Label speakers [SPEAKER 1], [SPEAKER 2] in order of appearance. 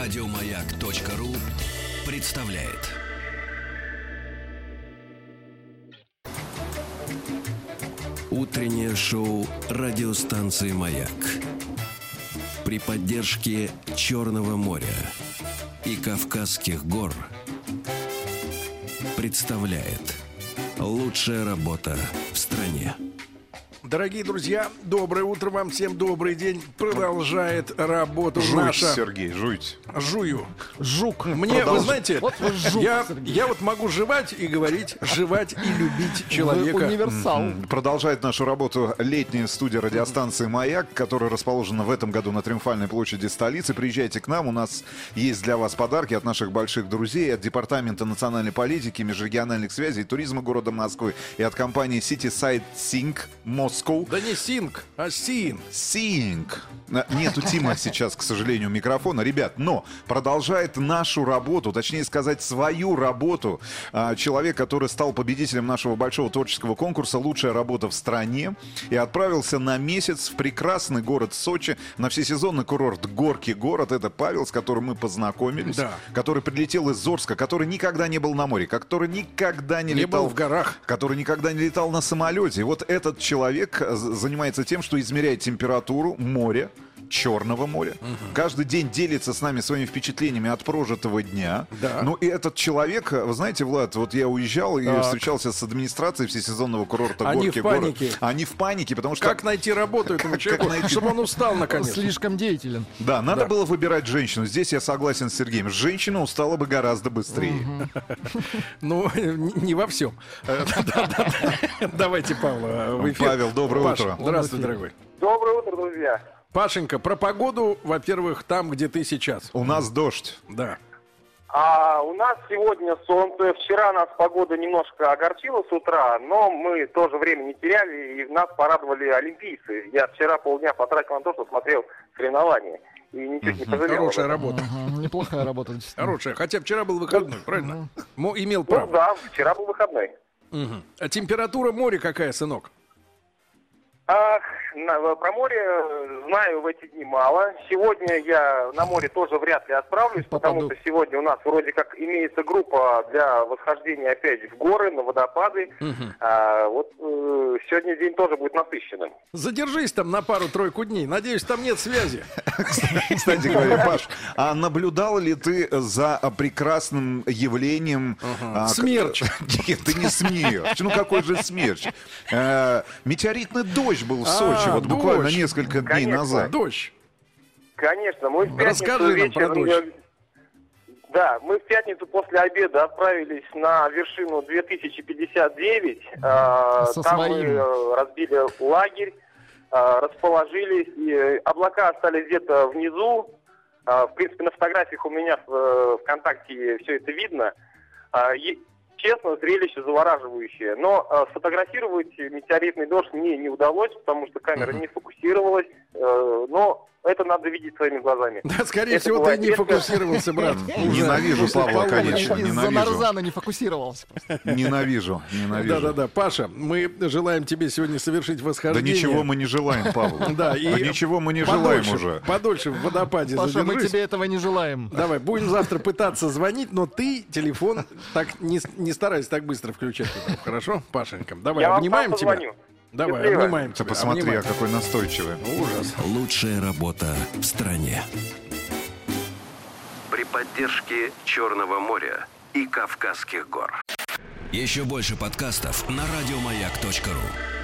[SPEAKER 1] Радиомаяк.ру представляет. Утреннее шоу радиостанции «Маяк» при поддержке Черного моря и Кавказских гор представляет лучшая работа в стране.
[SPEAKER 2] Дорогие друзья, доброе утро вам всем, добрый день. Продолжает работу
[SPEAKER 3] Жуть,
[SPEAKER 2] наша
[SPEAKER 3] Сергей, жуть.
[SPEAKER 2] жую.
[SPEAKER 4] Жук.
[SPEAKER 2] Мне, вы
[SPEAKER 4] Продолжи.
[SPEAKER 2] знаете,
[SPEAKER 4] вот вы жук,
[SPEAKER 2] я,
[SPEAKER 4] Сергей.
[SPEAKER 2] я вот могу жевать и говорить, жевать и любить
[SPEAKER 4] Вы
[SPEAKER 2] человека.
[SPEAKER 4] универсал.
[SPEAKER 3] Продолжает нашу работу летняя студия радиостанции «Маяк», которая расположена в этом году на Триумфальной площади столицы. Приезжайте к нам, у нас есть для вас подарки от наших больших друзей, от Департамента национальной политики, межрегиональных связей и туризма города Москвы и от компании City Side Sync Moscow.
[SPEAKER 2] Да не синг, а син.
[SPEAKER 3] Синг. Нет у Тима сейчас, к сожалению, микрофона. Ребят, но продолжает нашу работу, точнее сказать, свою работу. а, Человек, который стал победителем нашего большого творческого конкурса «Лучшая работа в стране» и отправился на месяц в прекрасный город Сочи, на всесезонный курорт «Горки город». Это Павел, с которым мы познакомились,
[SPEAKER 2] Да.
[SPEAKER 3] который прилетел из Орска, который никогда не был на море, который никогда не,
[SPEAKER 2] Не
[SPEAKER 3] летал
[SPEAKER 2] был в горах.
[SPEAKER 3] который никогда не летал на самолете. И Вот этот человек э, з- занимается тем, что измеряет температуру моря. Черного моря. Каждый день делится с нами своими впечатлениями от прожитого дня.
[SPEAKER 2] Да.
[SPEAKER 3] Ну и этот человек, э, вы знаете, Влад, вот я уезжал и
[SPEAKER 2] Так.
[SPEAKER 3] встречался с администрацией всесезонного курорта
[SPEAKER 2] Они
[SPEAKER 3] Горки
[SPEAKER 2] в
[SPEAKER 3] город.
[SPEAKER 2] панике.
[SPEAKER 3] Они в панике, потому что...
[SPEAKER 2] Как найти работу этому
[SPEAKER 3] Как- как
[SPEAKER 2] человеку,
[SPEAKER 3] найти?
[SPEAKER 2] чтобы он устал наконец?
[SPEAKER 4] Слишком деятелен.
[SPEAKER 3] Да, надо
[SPEAKER 2] Да.
[SPEAKER 3] было выбирать женщину. Здесь я согласен с Сергеем. Женщина устала бы гораздо быстрее.
[SPEAKER 2] Ну, не не во всем. Э, Да-да-да. Давайте, Павла, э, в эфир.
[SPEAKER 3] Павел, доброе
[SPEAKER 2] Паш,
[SPEAKER 3] утро.
[SPEAKER 2] Здравствуй, дорогой.
[SPEAKER 5] Доброе утро, друзья.
[SPEAKER 2] Пашенька, про погоду, во-первых, там, где ты сейчас.
[SPEAKER 3] У нас дождь.
[SPEAKER 2] Да.
[SPEAKER 5] А у нас сегодня солнце. Вчера нас погода немножко огорчила с утра, но мы тоже время не теряли, и нас порадовали олимпийцы. Я вчера полдня потратил на то, что смотрел соревнования. И ничуть не пожалел. об
[SPEAKER 2] Хорошая
[SPEAKER 5] этом.
[SPEAKER 2] работа.
[SPEAKER 4] Ага, ну, Неплохая работа. действительно.
[SPEAKER 2] Хорошая. Хотя вчера был выходной, правильно? Мо- Имел
[SPEAKER 5] Ну
[SPEAKER 2] право.
[SPEAKER 5] да, вчера был выходной.
[SPEAKER 2] Мгм. А температура моря какая, сынок?
[SPEAKER 5] А, на- про море э, знаю в эти дни мало. Сегодня я на море тоже вряд ли отправлюсь,
[SPEAKER 4] Попаду.
[SPEAKER 5] потому что сегодня у нас вроде как имеется группа для восхождения опять в горы, на водопады. А, вот э, сегодня день тоже будет насыщенным.
[SPEAKER 2] Задержись там на пару-тройку дней. Надеюсь, там нет связи.
[SPEAKER 3] Кстати говоря, Паш, а наблюдал ли ты за прекрасным явлением... а, к-
[SPEAKER 2] Смерч.
[SPEAKER 3] Нет, ты не смерч. Ну какой же смерч? Э, Метеоритный дождь был в
[SPEAKER 2] А,
[SPEAKER 3] Сочи вот буквально
[SPEAKER 2] дождь.
[SPEAKER 3] несколько дней
[SPEAKER 5] Конечно.
[SPEAKER 3] назад.
[SPEAKER 2] Дождь.
[SPEAKER 5] Конечно, мы в пятницу
[SPEAKER 2] Расскажи нам
[SPEAKER 5] вечером-
[SPEAKER 2] про дочь.
[SPEAKER 5] Да, мы в пятницу после обеда отправились на вершину 2059. а,
[SPEAKER 4] Со
[SPEAKER 5] Там
[SPEAKER 4] своим.
[SPEAKER 5] мы э, разбили лагерь, а, расположились. И э, облака остались где-то внизу. А, В принципе, на фотографиях у меня в э, ВКонтакте все это видно. А, е- Честно, зрелище завораживающее. Но э, сфотографировать метеоритный дождь мне не удалось, потому что камера не фокусировалась. Э, но это надо видеть своими глазами.
[SPEAKER 2] Да, скорее
[SPEAKER 5] Это
[SPEAKER 2] всего,
[SPEAKER 5] была
[SPEAKER 2] ты не
[SPEAKER 5] детская-
[SPEAKER 2] фокусировался, брат.
[SPEAKER 3] Ненавижу, Слава,
[SPEAKER 4] Он
[SPEAKER 3] конечно,
[SPEAKER 4] Из-за
[SPEAKER 3] ненавижу.
[SPEAKER 4] Нарзана не фокусировался.
[SPEAKER 3] Ненавижу, ненавижу.
[SPEAKER 2] Да-да-да, Паша, мы желаем тебе сегодня совершить
[SPEAKER 3] Да
[SPEAKER 2] восхождение.
[SPEAKER 3] ничего мы не желаем, Павел.
[SPEAKER 2] Да, и
[SPEAKER 3] Да А ничего мы не
[SPEAKER 2] подольше-
[SPEAKER 3] желаем уже.
[SPEAKER 2] Подольше в водопаде
[SPEAKER 4] Паша, мы
[SPEAKER 2] задержись.
[SPEAKER 4] тебе этого не желаем.
[SPEAKER 2] Давай, будем завтра пытаться звонить, но ты телефон так не, с- не старайся так быстро включать. его, хорошо, Пашенька? Давай,
[SPEAKER 5] Я вам
[SPEAKER 2] обнимаем
[SPEAKER 5] сам
[SPEAKER 2] тебя.
[SPEAKER 5] позвоню.
[SPEAKER 2] Давай,
[SPEAKER 5] Счастливо.
[SPEAKER 2] обнимаем
[SPEAKER 3] Ты
[SPEAKER 2] тебя.
[SPEAKER 3] посмотри, а
[SPEAKER 2] обнимаем.
[SPEAKER 3] какой настойчивый.
[SPEAKER 2] Ужас.
[SPEAKER 1] Лучшая работа в стране.
[SPEAKER 6] при поддержке Черного моря и Кавказских гор.
[SPEAKER 1] Еще больше подкастов на радиомаяк.ру.